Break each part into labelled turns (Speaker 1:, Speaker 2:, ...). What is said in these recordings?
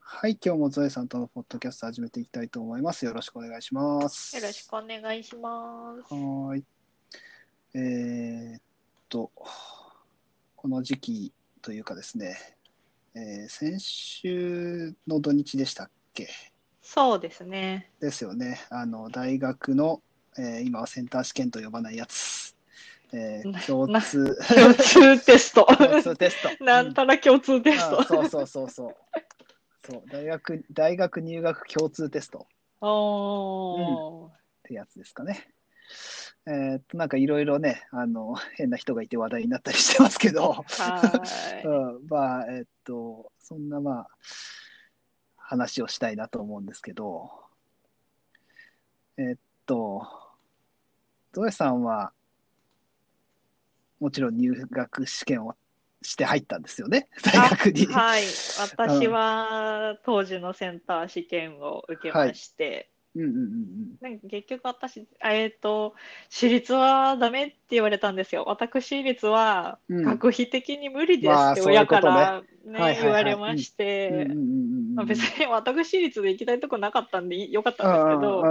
Speaker 1: はい、今日もゾエさんとのポッドキャスト始めていきたいと思います。よろしくお願いします。
Speaker 2: よろしくお願いします。
Speaker 1: はーい。えーっと、この時期というかですね、えー先週の土日でしたっけ
Speaker 2: そうです ね。
Speaker 1: ですよね。あの、大学の、えー今はセンター試験と呼ばないやつ。えー
Speaker 2: な
Speaker 1: 共通、
Speaker 2: 共通テスト。
Speaker 1: 共通テスト。
Speaker 2: なんたら共通テス
Speaker 1: あ
Speaker 2: ト。
Speaker 1: そうそうそうそう。そう大学大学入学共通テストっ
Speaker 2: おー
Speaker 1: てやつですかね。えーっとなんかいろいろねあの変な人がいて話題になったりしてますけど、
Speaker 2: は
Speaker 1: う
Speaker 2: ーい。
Speaker 1: ん、まあえーっとそんなまあ話をしたいなと思うんですけどえーっとゾエさんはもちろん入学試験をして入ったんですよね大学に。
Speaker 2: はい。私は当時のセンター試験を受けまして、
Speaker 1: うんうんうんうん
Speaker 2: なんか結局私、えっと、私立はダメって言われたんですよ。私立は
Speaker 1: うん
Speaker 2: 学費的に無理です
Speaker 1: まあ
Speaker 2: って
Speaker 1: そういう
Speaker 2: 親
Speaker 1: こ
Speaker 2: か
Speaker 1: とね
Speaker 2: ら
Speaker 1: はいはい
Speaker 2: ね、
Speaker 1: はい
Speaker 2: 言われまし
Speaker 1: うんうん
Speaker 2: て
Speaker 1: うん、うん
Speaker 2: まあ別 に私立で行きたいとこなかったんでいよかっ
Speaker 1: う
Speaker 2: たんです
Speaker 1: ん
Speaker 2: けど、
Speaker 1: う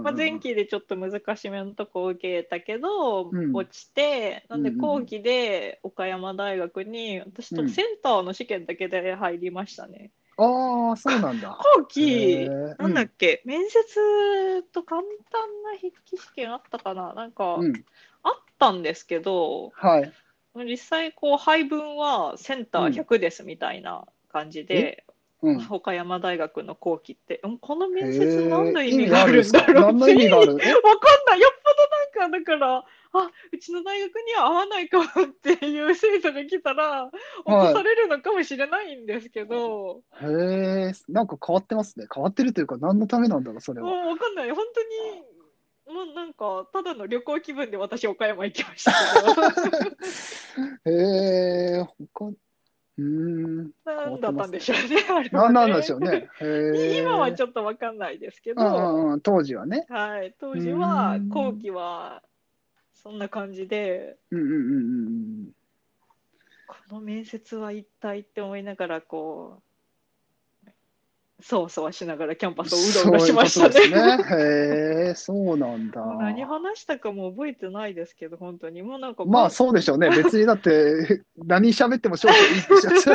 Speaker 1: ん
Speaker 2: まあ、前期でちょっと難しめのとこを受けたけど、
Speaker 1: うん
Speaker 2: 落ちてなんで
Speaker 1: うんうん
Speaker 2: 後期で岡山大学に私
Speaker 1: う
Speaker 2: と
Speaker 1: ん
Speaker 2: センターの試験だけで入りましたね。
Speaker 1: ああそうなんだ。
Speaker 2: 後期なんだっ
Speaker 1: け、
Speaker 2: け、面接と簡単な筆記試験あったかななんか、
Speaker 1: うんうん、
Speaker 2: あったんですけど
Speaker 1: はい。
Speaker 2: 実際こう配分はセンター100ですみたいな感じで、
Speaker 1: うん、
Speaker 2: 岡山大学の後期って、うん、この
Speaker 1: へ
Speaker 2: 面接
Speaker 1: ー
Speaker 2: 何の意味があ
Speaker 1: 意味があるんで
Speaker 2: るんだろう
Speaker 1: すか何
Speaker 2: っ
Speaker 1: の意味
Speaker 2: て
Speaker 1: があるえ
Speaker 2: わかんない。よっぽどなんか、だから、あ、うちの大学には合わないかもっていう生徒が来たら、落とされるのかもしれないんですけど、
Speaker 1: へえ、なんか変わってますね。変わってるというか、何のためなんだろう、それ
Speaker 2: も
Speaker 1: は。
Speaker 2: うわかんない。本当に、もうなんか、ただの旅行気分で私、岡山行きましたけど、
Speaker 1: へえ、他、うーん、
Speaker 2: なんだったんでしょうね、あれは
Speaker 1: 何
Speaker 2: ね
Speaker 1: なんでしょうね。へえ。
Speaker 2: 今はちょっとわかんないですけ
Speaker 1: うんう
Speaker 2: ど、
Speaker 1: んうん、当時はね。
Speaker 2: はい、当時は
Speaker 1: う、ん
Speaker 2: 後期は、そんな感じで、
Speaker 1: うんうんうんうん
Speaker 2: この面接は一体って思いながらこうそわそわしながらキャン
Speaker 1: う
Speaker 2: パ
Speaker 1: ん。
Speaker 2: スをうろうろしました
Speaker 1: そうい
Speaker 2: ね。
Speaker 1: うことですね。へえ、そうなんだ。
Speaker 2: もう何話したかも覚えてないですけど本当にもうなんか
Speaker 1: まあ
Speaker 2: こ
Speaker 1: そうでしょうね。別にだって、何喋っても正直いいでしょ。
Speaker 2: う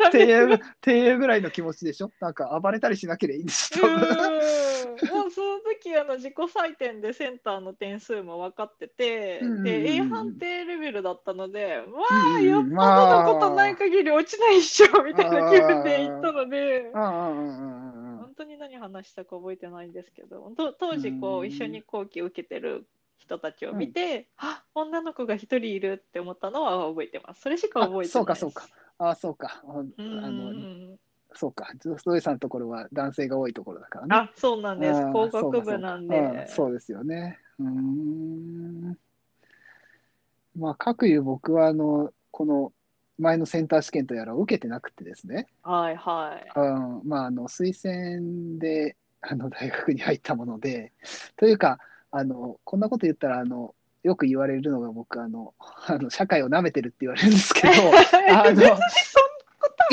Speaker 2: なん
Speaker 1: って
Speaker 2: です
Speaker 1: いう、っていうぐらいの気持ちでしょなんか暴れたりしなければいいんです
Speaker 2: う
Speaker 1: よ。
Speaker 2: ーんもうその時あの自己採点でセンターの点数も分かってて、
Speaker 1: うん
Speaker 2: で A 判定レベルだったので、
Speaker 1: うん
Speaker 2: まあよっぽどのことない限り落ちないっしょみたいな気分で行ったので。
Speaker 1: うんうんうんうんうん
Speaker 2: 本当に何話したか覚えてないんですけどと当時
Speaker 1: う
Speaker 2: こ
Speaker 1: ん
Speaker 2: う一緒に後期受けてる人たちを見て、あ女の子が一人いるって思ったのは覚えてますそれしか覚えてないです
Speaker 1: あそうかそうかああ、そうか。
Speaker 2: う
Speaker 1: あ
Speaker 2: ん
Speaker 1: の、そうか。ゾゾエさんのところは男性が多いところだからね。
Speaker 2: あそうなんです
Speaker 1: あー
Speaker 2: 工学部なんで
Speaker 1: そうかそうかうんそうですよね。うーん。まあ、かくいう僕は、あの、この前のセンター試験とやらを受けてなくてですね。
Speaker 2: はいはい
Speaker 1: うん、まあ、あの、推薦で、あの、大学に入ったもので、というか、あの、こんなこと言ったら、あの、よく言われるのが僕、あの、あの、社会を舐めてるって言われるんですけど、 あの、い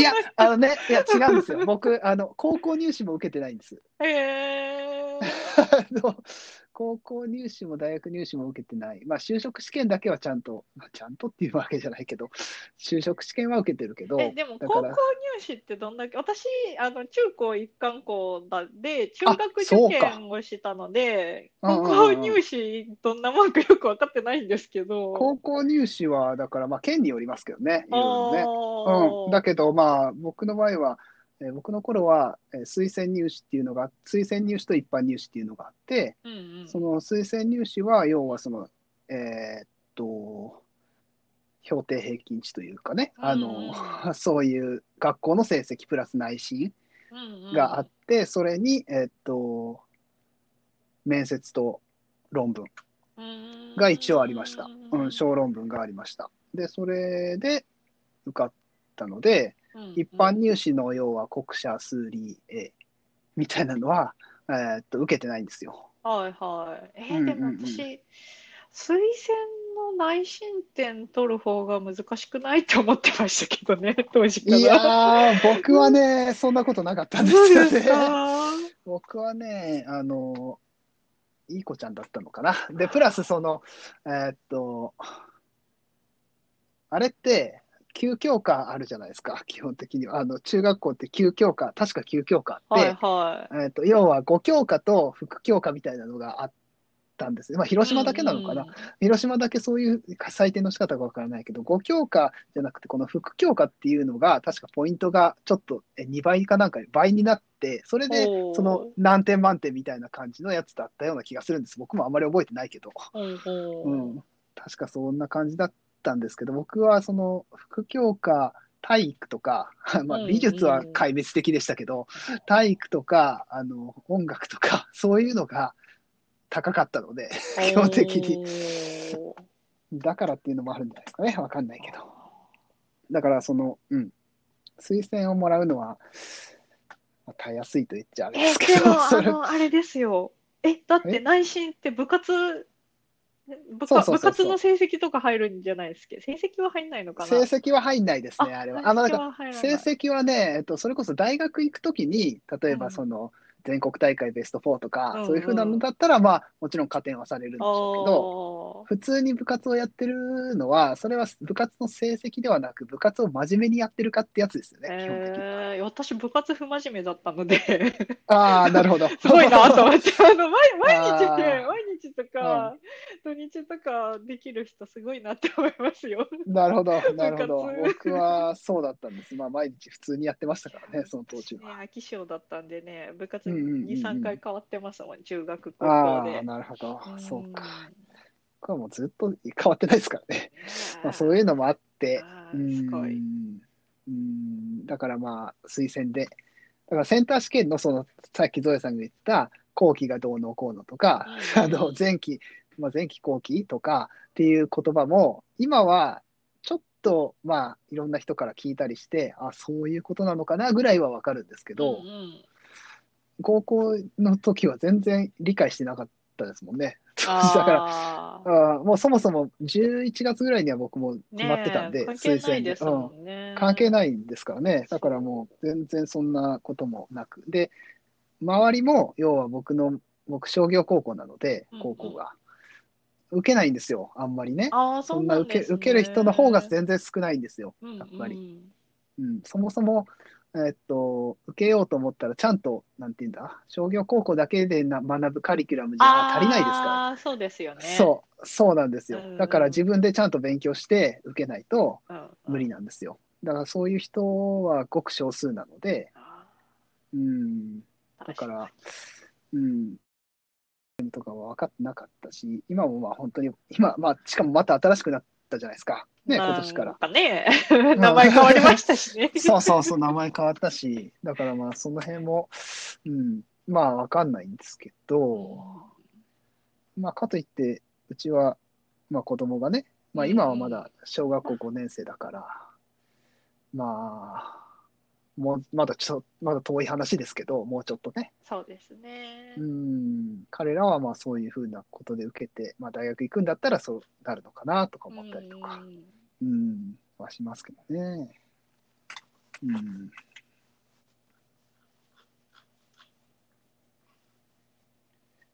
Speaker 1: や、あのね、いや、違うんですよ。僕、あの、高校入試も受けてないんです。
Speaker 2: えー、
Speaker 1: あの、高校入試も大学入試も受けてない。まあ、就職試験だけはちゃんと、まあ、ちゃんとっていうわけじゃないけど、就職試験は受けてるけど、
Speaker 2: えでも
Speaker 1: だ
Speaker 2: 高
Speaker 1: か
Speaker 2: 校
Speaker 1: ら
Speaker 2: 入試ってどんだけ私あの中高一貫校だで中学
Speaker 1: そ
Speaker 2: 受
Speaker 1: うか
Speaker 2: 験をしたので
Speaker 1: うんうん
Speaker 2: 高
Speaker 1: うん
Speaker 2: 校入試どんなもんかよく分かってないんですけど。
Speaker 1: 高校入試は、だから、まあ、県によりますけどね、いろいろね。
Speaker 2: あ
Speaker 1: うん、
Speaker 2: ー
Speaker 1: だけど、まあ、僕の場合は、えー僕の頃は、えー推薦入試っていうのが、推薦入試と一般入試っていうのがあって、
Speaker 2: うんうん
Speaker 1: その推薦入試は、要はその、えーっと、評定平均値というかね、あの、 そういう学校の成績プラス内申
Speaker 2: うんうん
Speaker 1: があって、それに、えーっと、面接と論文が一応ありました。うん、小論文がありました。で、それで受かったので、一般入試の要は国社数理 A みたいなのは、えーっと受けてないんですよ。
Speaker 2: はいはい。えー
Speaker 1: うんうんうん
Speaker 2: でも私推薦の内申点取る方が難しくないって思ってましたけどね、 当時から。
Speaker 1: いやー、僕はね、そんなことなかったんです
Speaker 2: そう
Speaker 1: よ
Speaker 2: です
Speaker 1: ね。
Speaker 2: か。
Speaker 1: 僕はね、あの、いい子ちゃんだったのかな。で、プラスその、えーっと、あれって、9教科あるじゃないですか、基本的には。あの、中学校って9教科、確か9教科あって、
Speaker 2: はいはい。
Speaker 1: えーっと、要は5教科と副教科みたいなのがあったんですね。まあ、広島だけなのかな。
Speaker 2: うん
Speaker 1: 広島だけそういう採点の仕方がわからないけど、5教科じゃなくて、この副教科っていうのが、確かポイントがちょっと2倍かなんか倍になって、それで
Speaker 2: おー
Speaker 1: その何点満点みたいな感じのやつだったような気がするんです。僕もあまり覚えてないけど。
Speaker 2: うん
Speaker 1: う
Speaker 2: うん
Speaker 1: ん、確かそんな感じだったんですけど、僕はその副教科、体育とか、 ま
Speaker 2: うんう
Speaker 1: あ、
Speaker 2: ん
Speaker 1: 美術は壊滅的でしたけど、体育とかあの音楽とか、そういうのが高かったので、基本的に。
Speaker 2: おー
Speaker 1: だからっていうのもあるんじゃないですかね、わかんないけど。だから、その、うん、推薦をもらうのは、まあたやすいと言っちゃあれ
Speaker 2: え
Speaker 1: ですけ
Speaker 2: で
Speaker 1: ど、
Speaker 2: も、
Speaker 1: そ
Speaker 2: あ
Speaker 1: れ
Speaker 2: の、あれですよ。え、だって
Speaker 1: え
Speaker 2: 内申って部活、部
Speaker 1: そうそうそう
Speaker 2: か、
Speaker 1: そう
Speaker 2: 部活の成績とか入るんじゃないですけど、成績は入んないのかな
Speaker 1: 成績は入んないですね、
Speaker 2: あ
Speaker 1: あれは。
Speaker 2: 成
Speaker 1: あの、なん
Speaker 2: 績
Speaker 1: か、
Speaker 2: は入らない
Speaker 1: 成績はね、えっと、それこそ大学行くときに、例え
Speaker 2: う
Speaker 1: ば
Speaker 2: ん
Speaker 1: その、全国大会ベスト4と
Speaker 2: う
Speaker 1: か
Speaker 2: んう、ん
Speaker 1: そういうふうなのだったら、まあ、もちろん加点はされるんでしょうけど、
Speaker 2: おー
Speaker 1: 普通に部活をやってるのは、それは部活の成績ではなく、部活を真面目にやってるかってやつですよね、基本的に。
Speaker 2: えー私、部活不真面目だった ので、
Speaker 1: ああ、なるほど。
Speaker 2: すごいなと思って、あの毎毎日
Speaker 1: あ
Speaker 2: ね
Speaker 1: ー、
Speaker 2: 毎日とか、土日とかできる人、すごいなって思いますよ。
Speaker 1: なるほど、なるほど。
Speaker 2: 部活
Speaker 1: 僕はそうだったんです。まあ、毎日普通にやってましたからね、その当時
Speaker 2: 私ね
Speaker 1: は。、
Speaker 2: 飽き性だったんでね、部活
Speaker 1: うんうんうんうん
Speaker 2: 2、3回変わってましたもん、中学、高
Speaker 1: あ
Speaker 2: 校で
Speaker 1: あ、。なるほど。そうか。
Speaker 2: ん
Speaker 1: 僕はもうずっと変わってないですからね。まあ、そういうのもあって、
Speaker 2: あ
Speaker 1: う
Speaker 2: ーすごい。
Speaker 1: ん、うん、だからまあ、推薦で。だからセンター試験の、その、さっきゾエさんが言った、後期がどうのこうのとか、
Speaker 2: う ん
Speaker 1: あの、前期、まあ、前期後期とかっていう言葉も、今は、ちょっと、まあ、いろんな人から聞いたりして、あ、そういうことなのかなぐらいはわかるんですけど、
Speaker 2: うんうん
Speaker 1: 高校の時は全然理解してなかったですもんね。当 時だから、
Speaker 2: あー
Speaker 1: あーもうそもそも11月ぐらいには僕も決まってたん
Speaker 2: ね
Speaker 1: で、
Speaker 2: え関係ない
Speaker 1: で
Speaker 2: ですもんね。
Speaker 1: 関係ないんですからね。だからもう全然そんなこともなく。で、周りも、要は僕の、僕商業高校なので
Speaker 2: うんう、ん
Speaker 1: 高校が。受けないんですよ、あんまりね。
Speaker 2: ああ、
Speaker 1: そ
Speaker 2: そうんな
Speaker 1: なん受
Speaker 2: で
Speaker 1: け、
Speaker 2: すね
Speaker 1: 受ける人の方が全然少ないんですよ。
Speaker 2: うんうん
Speaker 1: やっぱりうん、そもそも、えっと、受けようと思ったら、ちゃんと、なんていうんだ、商業高校だけでな学ぶカリキュラムじゃ足りないですから。
Speaker 2: ああ、そうですよね。
Speaker 1: そう、そうなんですよ
Speaker 2: うんうん。
Speaker 1: だから自分でちゃんと勉強して受けないと
Speaker 2: うんうん
Speaker 1: 無理なんですよ。だからそういう人はごく少数なので、
Speaker 2: あ
Speaker 1: うん、
Speaker 2: ー
Speaker 1: だ
Speaker 2: 確
Speaker 1: か
Speaker 2: に
Speaker 1: ら、うん、とかは分かってなかったし、今もまあ本当に、今、まあ、しかもまた新しくなったじゃないですか。ね、今年か
Speaker 2: な
Speaker 1: ら。
Speaker 2: ん かね、名前変わりましたしね。
Speaker 1: そうそうそう、名前変わったし、だからまあその辺も、うん、まあ分かんないんですけど、まあ、かといって、うちは、まあ、子供がね、まあ、今はまだ小学校5年生だから、まあ、もうまだちょまだ遠い話ですけど、もうちょっとね。
Speaker 2: そうですね
Speaker 1: う。ん、彼らはまあそういうふうなことで受けて、まあ、大学行くんだったらそうなるのかなとか思ったりとか、
Speaker 2: うん
Speaker 1: うん、はしますけどね。うん、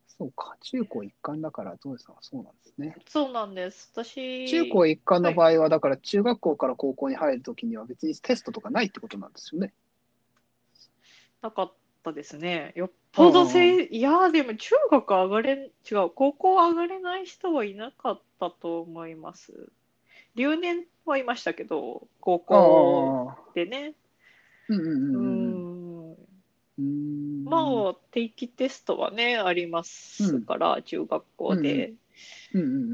Speaker 1: そうか、中高一貫だから、ゾウさんはそうなんですね。
Speaker 2: そうなんです。私、
Speaker 1: 中高一貫の場合は、だから中学校から高校に入るときには別にテストとかないってことなんですよね。
Speaker 2: なかったですね。よっぽどせい、いやー、でも中学上がれ、違う、高校上がれない人はいなかったと思います。留年はいましたけど、高校
Speaker 1: ああ。
Speaker 2: でね。
Speaker 1: うんうん
Speaker 2: う
Speaker 1: うん
Speaker 2: ん。
Speaker 1: うん。
Speaker 2: まあ
Speaker 1: うん、
Speaker 2: 定期テストはね、ありますから、中学校で。
Speaker 1: うんうん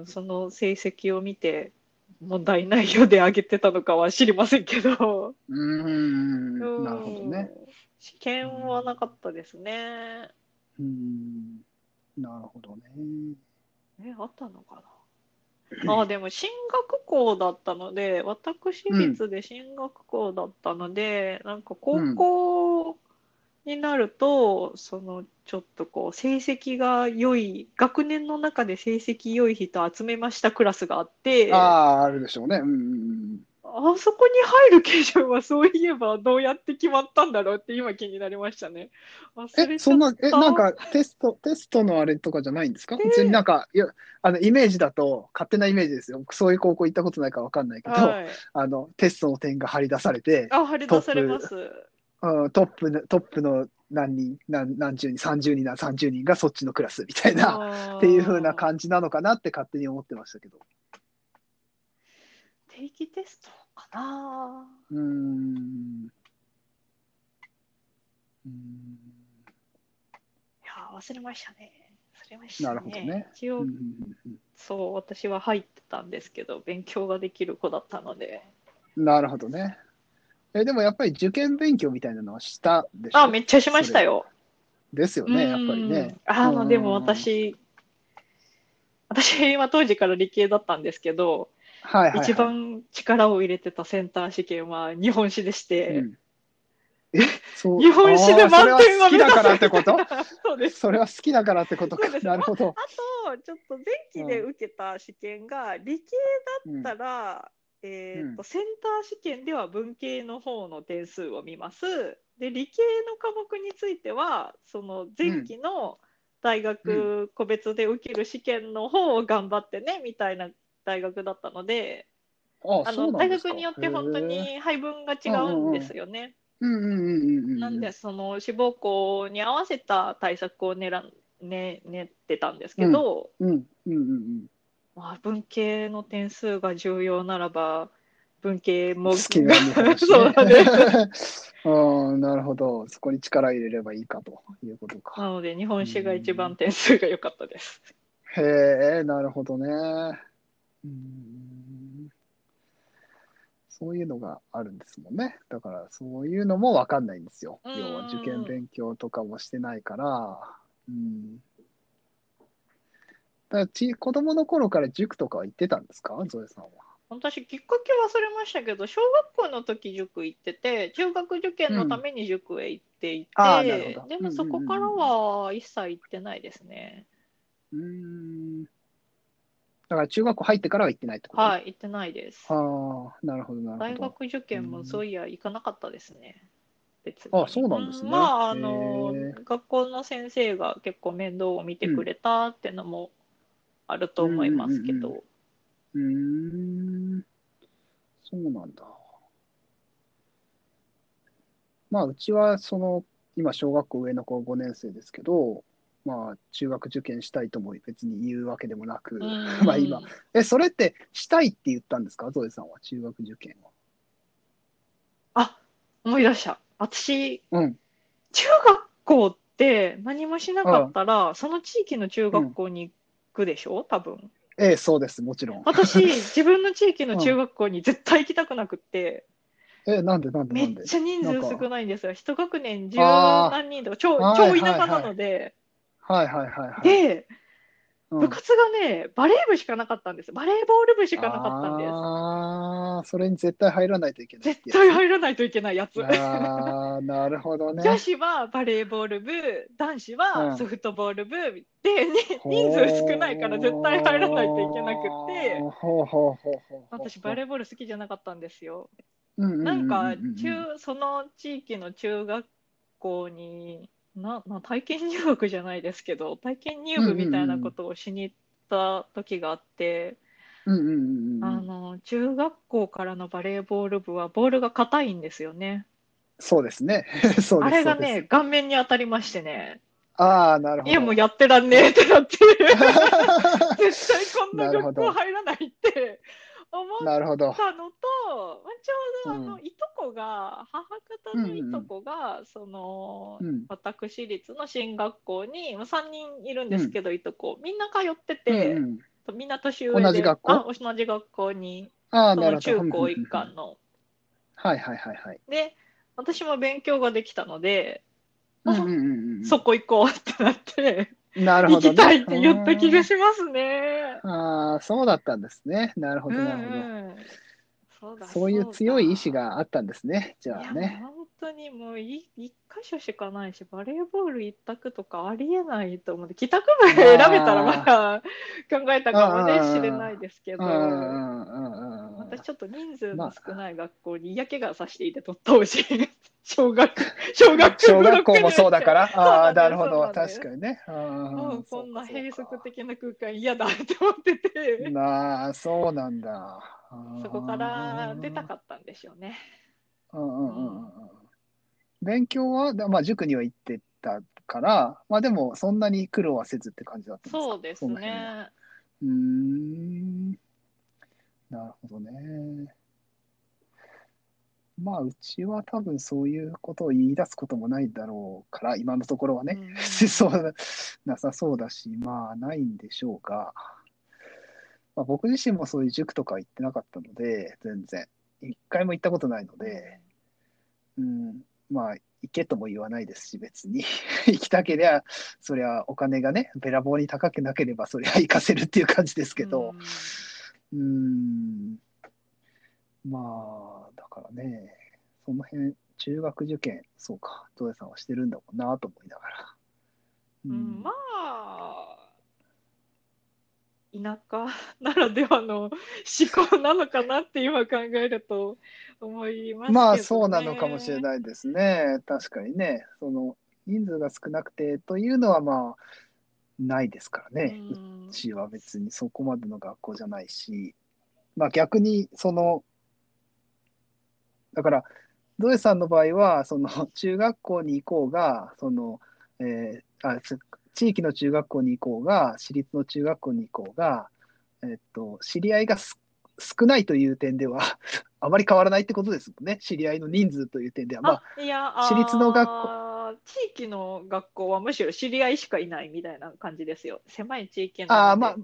Speaker 2: うんその成績を見て、問題ないようで上げてたのかは知りませんけど。
Speaker 1: うん。うんうんうん。なるほどね。
Speaker 2: うん。試験はなかったですね。
Speaker 1: うん。なるほどね。
Speaker 2: え、あったのか な。あ、でも進学校だったので、私立で進学校だったので、なんか高校になると、そのちょっとこう成績が良い、学年の中で成績良い人集めましたクラスがあって、
Speaker 1: ああ、あるでしょうね。うんうんうん。
Speaker 2: あそこに入る基準はそういえばどうやって決まったんだろうって今気になりましたね。忘
Speaker 1: え、
Speaker 2: れち
Speaker 1: そ
Speaker 2: ゃ
Speaker 1: ん
Speaker 2: っ
Speaker 1: な、え、
Speaker 2: た
Speaker 1: なんかテスト、テストのあれとかじゃないんですか別になんか、いや、あの、イメージだと、勝手なイメージですよ。僕そういう高校行ったことないからわかんないけど、
Speaker 2: はい、
Speaker 1: あの、テストの点が張り出されて、
Speaker 2: あ、張り出されます。
Speaker 1: うん、トップの、トップの何人、何、何十人、30人な、30人がそっちのクラスみたいな、
Speaker 2: っ
Speaker 1: っていう風な感じなのかなって勝手に思ってましたけど。
Speaker 2: 定期テストかな
Speaker 1: うーん。うーん
Speaker 2: いやー忘れましたね忘れましたね
Speaker 1: なるほどね
Speaker 2: 一
Speaker 1: う
Speaker 2: 応、
Speaker 1: んうんうん
Speaker 2: そう私は入ってたんですけど勉強ができる子だったので
Speaker 1: うんなるほどね。え、でもやっぱり受験勉強みたいなのはしたでしょ
Speaker 2: あめっちゃしましたよ
Speaker 1: ですよね、やっぱりね。
Speaker 2: うんあ
Speaker 1: う
Speaker 2: の
Speaker 1: ん
Speaker 2: でも私私は当時から理系だったんですけど、
Speaker 1: はいはいはい。
Speaker 2: 一番力を入れてたセンター試験は日本史でし
Speaker 1: う
Speaker 2: て、
Speaker 1: んえ、そう。
Speaker 2: 日本史で満点
Speaker 1: あー
Speaker 2: は
Speaker 1: それは好き
Speaker 2: 目
Speaker 1: だ
Speaker 2: 指せ
Speaker 1: からってこと
Speaker 2: そうです
Speaker 1: それは好きだからってこと
Speaker 2: そう
Speaker 1: か。
Speaker 2: です
Speaker 1: なるほど。
Speaker 2: あとちょっと前期で受けた試験が理系
Speaker 1: うん
Speaker 2: だったら、えーとセンター試験では文系の方の点数を見ますで理系の科目についてはその前期の大学個別で受ける試験の方を頑張ってねみたいな大学だったので
Speaker 1: あ
Speaker 2: あ
Speaker 1: そう
Speaker 2: の
Speaker 1: な
Speaker 2: 大
Speaker 1: んです
Speaker 2: 学
Speaker 1: か
Speaker 2: によって本当
Speaker 1: へー
Speaker 2: に配分が違うんですよね。
Speaker 1: うんうんうんうんうん。
Speaker 2: なんでその志望校に合わせた対策を練らん、ね、練ってたんですけど。
Speaker 1: うんうんうんうん。
Speaker 2: まあ、文系の点数が重要ならば文系も
Speaker 1: 好きな日本史
Speaker 2: そう だね
Speaker 1: ね。うん、なるほど。そこに力入れればいいかということ
Speaker 2: な
Speaker 1: か。
Speaker 2: ので日本史が一番点数が良かったです。
Speaker 1: へえ、なるほどね。うんそういうのがあるんですもんね。だからそういうのもわかんないんですよ。
Speaker 2: うん
Speaker 1: 要は受験勉強とかもしてないから。うん。だからち子供の頃から塾とかは行ってたんですかゾエさんは。
Speaker 2: 私きっかけ忘れましたけど小学校の時塾行ってて中学受験のために塾へ行っていて、
Speaker 1: あーなるほど
Speaker 2: で
Speaker 1: う
Speaker 2: も
Speaker 1: ん
Speaker 2: そこからは一切行ってないですね。
Speaker 1: うん。だから中学校入ってからは行ってないってこと
Speaker 2: はい行ってないです。
Speaker 1: ああ、なるほど、なる
Speaker 2: 大
Speaker 1: ほど。
Speaker 2: 学受験もそういや行かなかったですね。別に
Speaker 1: あそうなんですね
Speaker 2: まああの
Speaker 1: へ
Speaker 2: 学校の先生が結構面倒を見てくれたってのもあると思いますけど、
Speaker 1: うんうーん、そうなんだ。まあ、うちは、その、今、小学校上の子5年生ですけど、まあ、中学受験したいとも別に言うわけでもなく、
Speaker 2: う ん
Speaker 1: まあ今え、それってしたいって言ったんですか、ゾエさんは、中学受験は。
Speaker 2: あ思い出した私
Speaker 1: うん。
Speaker 2: 中学校って何もしなかったら、その地域の中学校に行くでしょ多分
Speaker 1: ええ、そうです、もちろん。
Speaker 2: 私自分の地域の中学校に絶対行きたくなくって。
Speaker 1: え、なんで、なんで、
Speaker 2: め
Speaker 1: なん
Speaker 2: っ
Speaker 1: で。
Speaker 2: ちゃ人
Speaker 1: なんか
Speaker 2: 数少ないんですよ。一学年十
Speaker 1: あー
Speaker 2: 何人とか、超、
Speaker 1: はい
Speaker 2: 超田舎なので、
Speaker 1: はいはいはいはい。
Speaker 2: で、
Speaker 1: うん
Speaker 2: 部活がね、バレー部しかなかったんです。バレーボール部しかなかったんで
Speaker 1: ああ、それに絶対入らないといけないっ
Speaker 2: す。
Speaker 1: てや
Speaker 2: 絶
Speaker 1: つ
Speaker 2: 対入らないといけないやつ。
Speaker 1: ああ、なるほどね。
Speaker 2: 女子はバレーボール部、男子
Speaker 1: うん
Speaker 2: はソフトボール部、で、に人数少ないから絶対入らないといけなくって、
Speaker 1: ほうほうほうほうほう。
Speaker 2: 私バレーボール好きじゃなかったんですよ。
Speaker 1: うんうんうんう
Speaker 2: なん
Speaker 1: うんん
Speaker 2: か中その地域の中学校になな体験入学じゃないですけど体験入部みたいなことをしに行った時があって、
Speaker 1: うんうんうんうん
Speaker 2: あの中学校からのバレーボール部はボールが硬いんですよね。
Speaker 1: そうですね。 そうです
Speaker 2: あれが
Speaker 1: そうです
Speaker 2: ね顔面に当たりましてね
Speaker 1: ああ、なるほど。
Speaker 2: いやも うやってらんねえってなって 絶対こんな
Speaker 1: なるほ
Speaker 2: 学
Speaker 1: ど
Speaker 2: 校入らないって思っ
Speaker 1: なるほど。
Speaker 2: たのと、まあ、ちょうどあの、
Speaker 1: うん
Speaker 2: いとこが母方のいとこが、その、
Speaker 1: うん
Speaker 2: 私立の進学校にまあ3人いるんですけど、いとこみんな通ってて、
Speaker 1: うんうん
Speaker 2: とみんな年上で
Speaker 1: 同じ学校
Speaker 2: あ同じ学校に
Speaker 1: ああ、
Speaker 2: そ
Speaker 1: なる
Speaker 2: の
Speaker 1: ほど。
Speaker 2: 中高一
Speaker 1: うんうんう
Speaker 2: 貫
Speaker 1: ん
Speaker 2: の。
Speaker 1: はいはいはいはい。
Speaker 2: で私も勉強ができたので、
Speaker 1: うんうんうんうん
Speaker 2: そこ行こうってなって、
Speaker 1: なる
Speaker 2: 行
Speaker 1: ほど
Speaker 2: き
Speaker 1: ね。
Speaker 2: たいって言った気が
Speaker 1: し
Speaker 2: しますね。
Speaker 1: ああ、そうだったんですね。なるほ
Speaker 2: うん
Speaker 1: ど
Speaker 2: う
Speaker 1: なるほど。
Speaker 2: んそうだ
Speaker 1: そういう強い意志
Speaker 2: そうだ
Speaker 1: があったんですね。じゃあ
Speaker 2: いや
Speaker 1: ね。
Speaker 2: 本当にもうい一箇所しかないしバレーボール一択とかありえないと思うんで帰宅部選べたらまだ考えたかもね
Speaker 1: あー
Speaker 2: 知れないですけど
Speaker 1: うんうんうんうんうん
Speaker 2: 私ちょっと人数の少ない学校に嫌気がさしていて取ってほしい小学小 学
Speaker 1: 小学校もそうだからら、あ あー、な
Speaker 2: そうなん
Speaker 1: るほど、
Speaker 2: だよそうなんだよ
Speaker 1: 確かにね。うんうん
Speaker 2: う、
Speaker 1: うんん
Speaker 2: こんな閉塞
Speaker 1: そうか
Speaker 2: 的な空間嫌だって思ってて、
Speaker 1: なあ、そうなんだ。うん
Speaker 2: そこから出たかったんでしょうね。
Speaker 1: うんうんうんうんうん。勉強は、だまあ、塾には行ってたから、まあでも、そんなに苦労はせずって感じだったんですか
Speaker 2: そうです。
Speaker 1: の辺は
Speaker 2: ね。
Speaker 1: うーん。なるほどね。まあ、うちは多分そういうことを言い出すこともないだろうから、今のところはね、
Speaker 2: うんうん
Speaker 1: そうなさそうだし、まあ、ないんでしょうが、まあ、僕自身もそういう塾とか行ってなかったので、全然、一回も行ったことないので、うん、まあ、行けとも言わないですし、別に。 行きたけりゃ、そりゃお金がね、べらぼうに高くなければ、そりゃ行かせるっていう感じですけど、うーんまあ、だからね、その辺、中学受験、そうか、ゾエさんはしてるんだもんなと思いながら。
Speaker 2: う、
Speaker 1: うん
Speaker 2: うん
Speaker 1: ん
Speaker 2: まあ、田舎ならではの思考なのかなって今考えると思いますけど、ね。
Speaker 1: まあ、そうなのかもしれないですね。確かにね、その人数が少なくてというのは、まあ、ないですからね。
Speaker 2: うん
Speaker 1: うちは別にそこまでの学校じゃないし、まあ逆に、その、だから、ゾエさんの場合は、その、中学校に行こうが、その、えーあ、つ地域の中学校に行こうが、私立の中学校に行こうが、えっと、知り合いがす少ないという点では、 あまり変わらないってことですもんね。知り合いの人数という点では。まあ、
Speaker 2: あ、いや、
Speaker 1: 私立の学校
Speaker 2: 校。地域の学校はむしろ知り合いしかいないみたいな感じですよ。狭い地域なので。
Speaker 1: ああまあ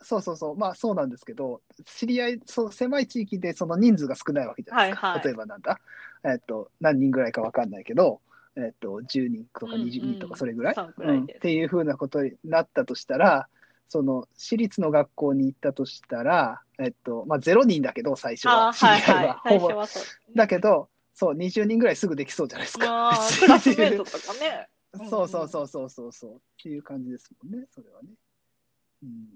Speaker 1: そうそうそうまあそうなんですけど知り合いそう狭い地域でその人数が少ないわけじゃないですか、
Speaker 2: はいはい
Speaker 1: 例えばなんだ、えっと何人ぐらいかわかんないけど、えっと10人とか
Speaker 2: うんうん
Speaker 1: 20人とかそれぐらい,、
Speaker 2: そんくらいです
Speaker 1: っていうふうなことになったとしたらその私立の学校に行ったとしたら、えっとまあ、0人だけど最初
Speaker 2: あ
Speaker 1: は
Speaker 2: あはい
Speaker 1: 知り合い
Speaker 2: は。
Speaker 1: はい
Speaker 2: 最
Speaker 1: ほぼ
Speaker 2: 初はそう。
Speaker 1: だけどそう20人ぐらいすぐできそうじゃないです
Speaker 2: ま
Speaker 1: か。
Speaker 2: あ、 クラスメートとかね。うん
Speaker 1: そうそうそうそうそうそうっていう感じですもんねそれはね。うん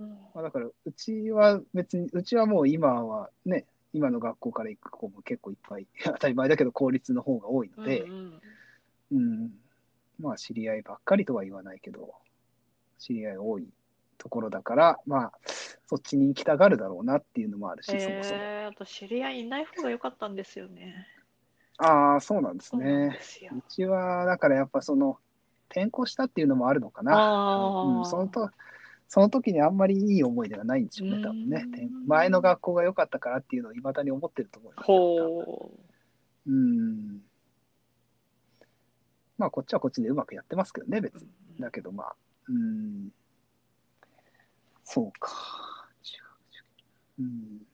Speaker 2: うん
Speaker 1: まあ、だからうちは別にうちはもう今はね今の学校から行く子も結構いっぱい 当たり前だけど公立の方が多いので
Speaker 2: う、ん
Speaker 1: うんまあ知り合いばっかりとは言わないけど知り合い多いところだからまあそっちに行きたがるだろうなっていうのもあるし、そもそも
Speaker 2: えー、あと知り合いいない方が良かったんですよね。
Speaker 1: ああそうなんです
Speaker 2: そうなん
Speaker 1: ね
Speaker 2: ですよ
Speaker 1: う。ちはだからやっぱその転校したっていうのもあるのかな
Speaker 2: あー
Speaker 1: うん、そのとその時にあんまりいい思い出がないんでしょうね、多分ね
Speaker 2: う。ん
Speaker 1: 前の学校が良かったからっていうのをいまだに思ってると思いますよ。
Speaker 2: ほ
Speaker 1: 多分うん。まあ、こっちはこっちでうまくやってますけどね、別に。
Speaker 2: う。
Speaker 1: だけど、まあ、うん。そうか。うん。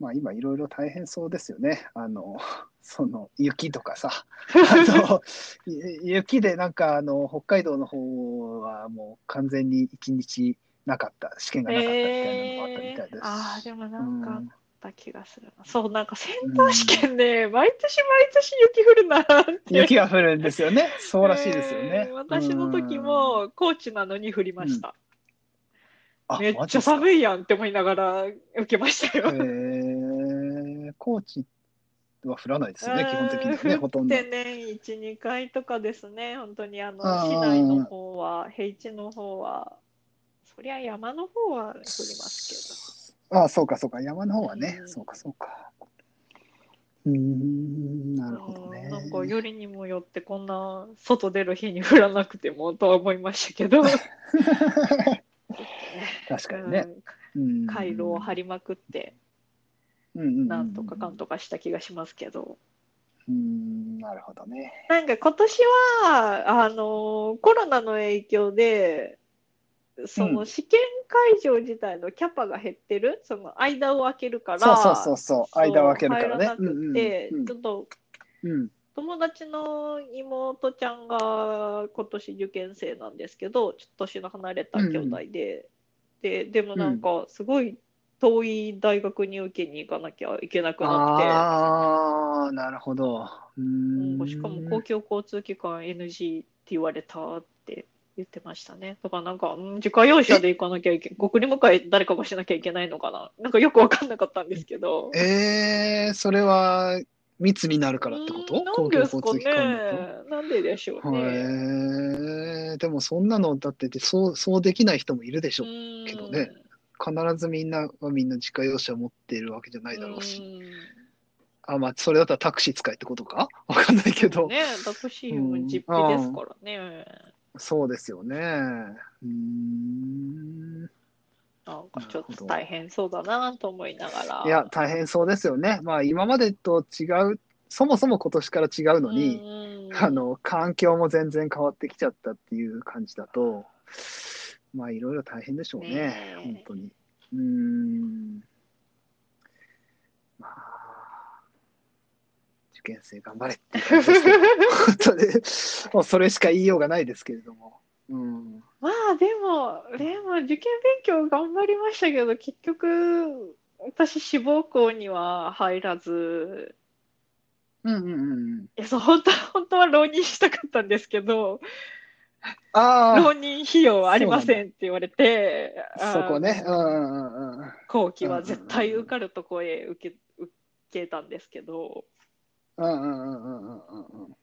Speaker 1: まあ、今、いろいろ大変そうですよね。あの、その、雪とかさ。あ のゆ雪でなんかあの北海道の方はもう完全に一日なかった試験がなかったみたいなのもあったみたいです。
Speaker 2: ああーでもなんかあ
Speaker 1: う
Speaker 2: っ
Speaker 1: ん
Speaker 2: た気がするな、そうなんかセンター試験ね、毎年毎年雪降るなって
Speaker 1: 雪が降るんですよね。そうらしいですよね。
Speaker 2: えー私の時
Speaker 1: うん、
Speaker 2: も高知なのに降りました、
Speaker 1: あ
Speaker 2: めっちゃ
Speaker 1: い。
Speaker 2: 寒いやんって思いながら受けました
Speaker 1: え
Speaker 2: よ、
Speaker 1: ー、高知は降らないですよね、
Speaker 2: うん
Speaker 1: 基本的にはね、ほとんど。
Speaker 2: でね12回とかですね本当にあの
Speaker 1: あー
Speaker 2: 市内の方は平地の方はそりゃ山の方は降ります
Speaker 1: ああ、そうか、そうか、山の方はね、
Speaker 2: うん
Speaker 1: そうか、そうか。うーん、な
Speaker 2: け
Speaker 1: る
Speaker 2: ど
Speaker 1: ほどね
Speaker 2: う。んなんかよりにもよってこんな外出る日に降らなくてもとは思いましたけど
Speaker 1: 確かにね。
Speaker 2: うん
Speaker 1: 回
Speaker 2: 回路を張りまくってな
Speaker 1: なん
Speaker 2: とかかんとかした気がしますけど。
Speaker 1: うん、なるほどね。
Speaker 2: なんか今年はあのコロナの影響でそうの
Speaker 1: ん
Speaker 2: 試験会場自体のキャパが減ってる、その間を空けるから
Speaker 1: そうそうそうそう
Speaker 2: そう
Speaker 1: 間を空けるから
Speaker 2: 入
Speaker 1: ね
Speaker 2: らなくて、
Speaker 1: うんうんうん
Speaker 2: ちょっと
Speaker 1: うん。
Speaker 2: 友達の妹ちゃんが今年受験生なんですけどちょっと年の離れた兄弟で、ででもなんかすごい遠い大学に受けに行かなきゃいけなくなっ
Speaker 1: ああ、なるほど。うー
Speaker 2: て、うん
Speaker 1: ん。
Speaker 2: しかも公共交通機関 NG って言われたって言ってましたね。だからなんか、うん、自家用車で行かなきゃいけ、送り迎え誰かがしなきゃいけないのかな。なんかよくわかんなかったんですけど。
Speaker 1: えー、それは密になるからってこと
Speaker 2: うんなんですか
Speaker 1: 公共交通機関だと。
Speaker 2: ね。なんででしょうね。
Speaker 1: へえでもそんなのだってそうそうできない人もいるでしょ、
Speaker 2: うん
Speaker 1: けどね。必ずみんながみんな自家用車持っているわけじゃないだろうし、
Speaker 2: ん
Speaker 1: あまあそれだったらタクシー使えってことかわかんないけど、
Speaker 2: ね、タクシー
Speaker 1: う
Speaker 2: も
Speaker 1: ん
Speaker 2: 実費ですからね。
Speaker 1: そうですよねうーん
Speaker 2: なんかちょっと大変そうだなと思いながら。
Speaker 1: いや大変そうですよねまあ今までと違うそもそも今年から違うのに、
Speaker 2: うんうん
Speaker 1: あの環境も全然変わってきちゃったっていう感じだとまあいろいろ大変でしょうね
Speaker 2: ねえ
Speaker 1: 本当にうーんまあ受験生頑張れっていう感じ ですけど本当にもうそれしか言いようがないですけれどもうん
Speaker 2: まあでも、でも受験勉強頑張りましたけど、結局、私、志望校には入らず、
Speaker 1: うんうんうんうん
Speaker 2: いや、そう、本当は、本当は浪人したかったんですけど、
Speaker 1: あ
Speaker 2: 浪人費用ありませんって言われて、
Speaker 1: あそこね
Speaker 2: あ
Speaker 1: う
Speaker 2: の
Speaker 1: んうんうんうん
Speaker 2: 後期は絶対受かるとこへ受け、受けたんですけど、
Speaker 1: うんうんうんうんうんうん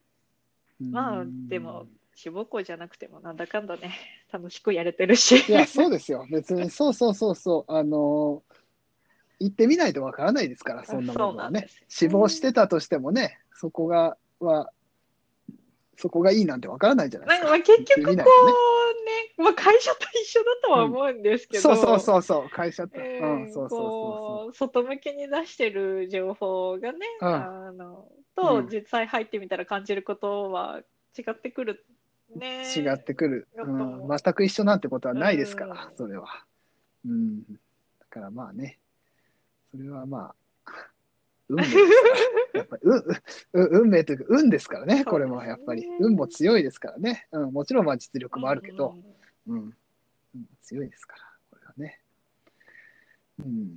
Speaker 1: うん
Speaker 2: まあでも志望校じゃなくてもなんだかんだね、 楽しくやれてるし。
Speaker 1: いや、そうですよ。別に、そうそうそうそう。あのー行ってみないとわからないですから、そんなものは
Speaker 2: そうなんで
Speaker 1: ね
Speaker 2: すよね。
Speaker 1: 死亡してたとしてもね、そこが、は、そこがいいなんてわからないじゃないで
Speaker 2: な
Speaker 1: すか。
Speaker 2: んかまあ結
Speaker 1: 行って
Speaker 2: 局こう
Speaker 1: み
Speaker 2: ね
Speaker 1: ないとね、
Speaker 2: まあ、会社と一緒だとは思うんですけど、
Speaker 1: そうそうそうそう、会社と。う
Speaker 2: え
Speaker 1: ん、
Speaker 2: ー
Speaker 1: そうそうそ
Speaker 2: こう外向けに出してる情報がね、
Speaker 1: うん
Speaker 2: あのと、
Speaker 1: うん
Speaker 2: 実際入ってみたら感じることは違ってくるね。
Speaker 1: うそう。違ってくる、
Speaker 2: や
Speaker 1: う
Speaker 2: っぱ
Speaker 1: ん。全く一緒なんてことはないですから、
Speaker 2: うん
Speaker 1: それは。うん。だからまあね、それはまあ、運命ですから。やっぱり運運運命というか運ですからね、これもやっぱり
Speaker 2: そうですね
Speaker 1: 運も強いですからね、うん、もちろんまあ実力もあるけ
Speaker 2: う
Speaker 1: ど、
Speaker 2: ん
Speaker 1: うん運も強いですから、これはね。うん、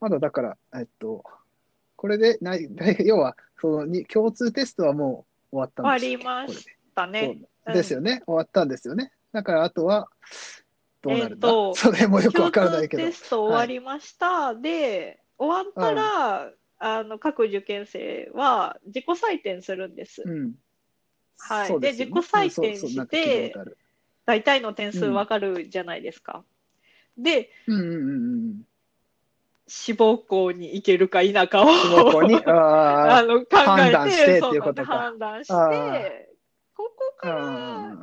Speaker 1: まだだから、えっと、これでない、大要はそのに共通テストはもう終わったんです
Speaker 2: 終わりましだね。
Speaker 1: そうですよね、終わったんですよね。だからあとは、どうなるんだ、
Speaker 2: えっと
Speaker 1: それもよくわからないけど
Speaker 2: 共。通テスト終わりました、で終わったら、あの各受験生は自己採点するんです、
Speaker 1: うん
Speaker 2: はい
Speaker 1: そうす
Speaker 2: で
Speaker 1: よね
Speaker 2: 自己採
Speaker 1: うん
Speaker 2: 点
Speaker 1: そうそう
Speaker 2: し
Speaker 1: なん
Speaker 2: て
Speaker 1: か聞いたことある
Speaker 2: 大体の点数わかるじゃないですか、で
Speaker 1: うんうんうんうん。
Speaker 2: 志望校に行けるか否かを
Speaker 1: 志望校に、あ
Speaker 2: あ
Speaker 1: あ、
Speaker 2: の考えて
Speaker 1: 判断してっていう
Speaker 2: そう
Speaker 1: ことか
Speaker 2: 判断して
Speaker 1: あー
Speaker 2: ここか
Speaker 1: あ
Speaker 2: ら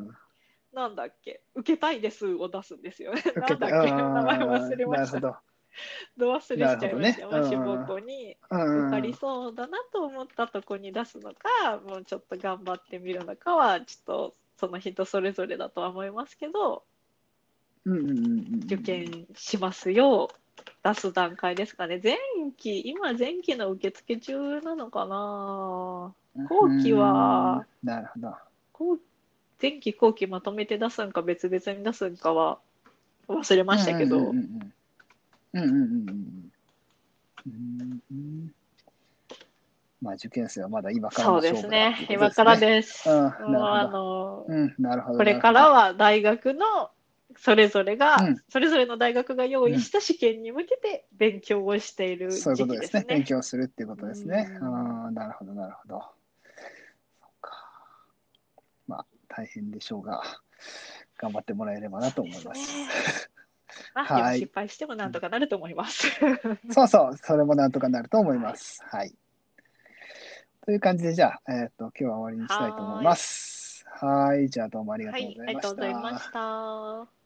Speaker 2: なんだっけ受けたいですを出すんですよね
Speaker 1: あ、
Speaker 2: なんだっ
Speaker 1: あ
Speaker 2: け名前
Speaker 1: あ
Speaker 2: 忘れました
Speaker 1: なる
Speaker 2: ど忘れしちゃいました、
Speaker 1: なるほどね
Speaker 2: まあ、志
Speaker 1: う
Speaker 2: 望
Speaker 1: ん
Speaker 2: 校に
Speaker 1: ほど。うん
Speaker 2: 受
Speaker 1: う
Speaker 2: か
Speaker 1: ん
Speaker 2: りそうだなと思ったとこに出すのか、もうちょっと頑張ってみるのかはちょっとその人それぞれだとは思いますけど
Speaker 1: うんうんうんうん。
Speaker 2: 受験しますよ出す段階ですかね前期今前期の受付中なのかな後期は
Speaker 1: うん。なるほど。
Speaker 2: 後前期後期まとめて出すんか別々に出すんかは忘れましたけど、
Speaker 1: うんうんうんうん。うんうんうんうんうん。まあ、受験生はまだ今からの
Speaker 2: そう
Speaker 1: 勝
Speaker 2: で
Speaker 1: 負だ
Speaker 2: すね
Speaker 1: っていうこと
Speaker 2: 今からです、
Speaker 1: うん
Speaker 2: もう
Speaker 1: な
Speaker 2: あ
Speaker 1: るほ
Speaker 2: の
Speaker 1: うん、なるほど。
Speaker 2: これから
Speaker 1: は、
Speaker 2: は大学のそれぞれが、
Speaker 1: うん
Speaker 2: それぞれの大学が用意した試験に向けて勉強をしている
Speaker 1: そういうことで
Speaker 2: 時期です
Speaker 1: ね
Speaker 2: す。
Speaker 1: 勉
Speaker 2: ね。
Speaker 1: 強するっていうことですね。
Speaker 2: う
Speaker 1: うんん、なるほど、なるほど。そうか。まあ、大変でしょうが、頑張ってもらえればなと思います。
Speaker 2: そうですねまあ、でも
Speaker 1: はい
Speaker 2: 失敗してもなんとかなると思います。
Speaker 1: そうそう、それもなんとかなると思います。はい。という感じで、じゃあ、えっ、と、今日は終わりにしたいと思います。はいじゃあ、どうもありが
Speaker 2: は
Speaker 1: とう
Speaker 2: い
Speaker 1: ご、ざ
Speaker 2: あ
Speaker 1: いま
Speaker 2: りがとう
Speaker 1: し
Speaker 2: ござい
Speaker 1: た。
Speaker 2: ました。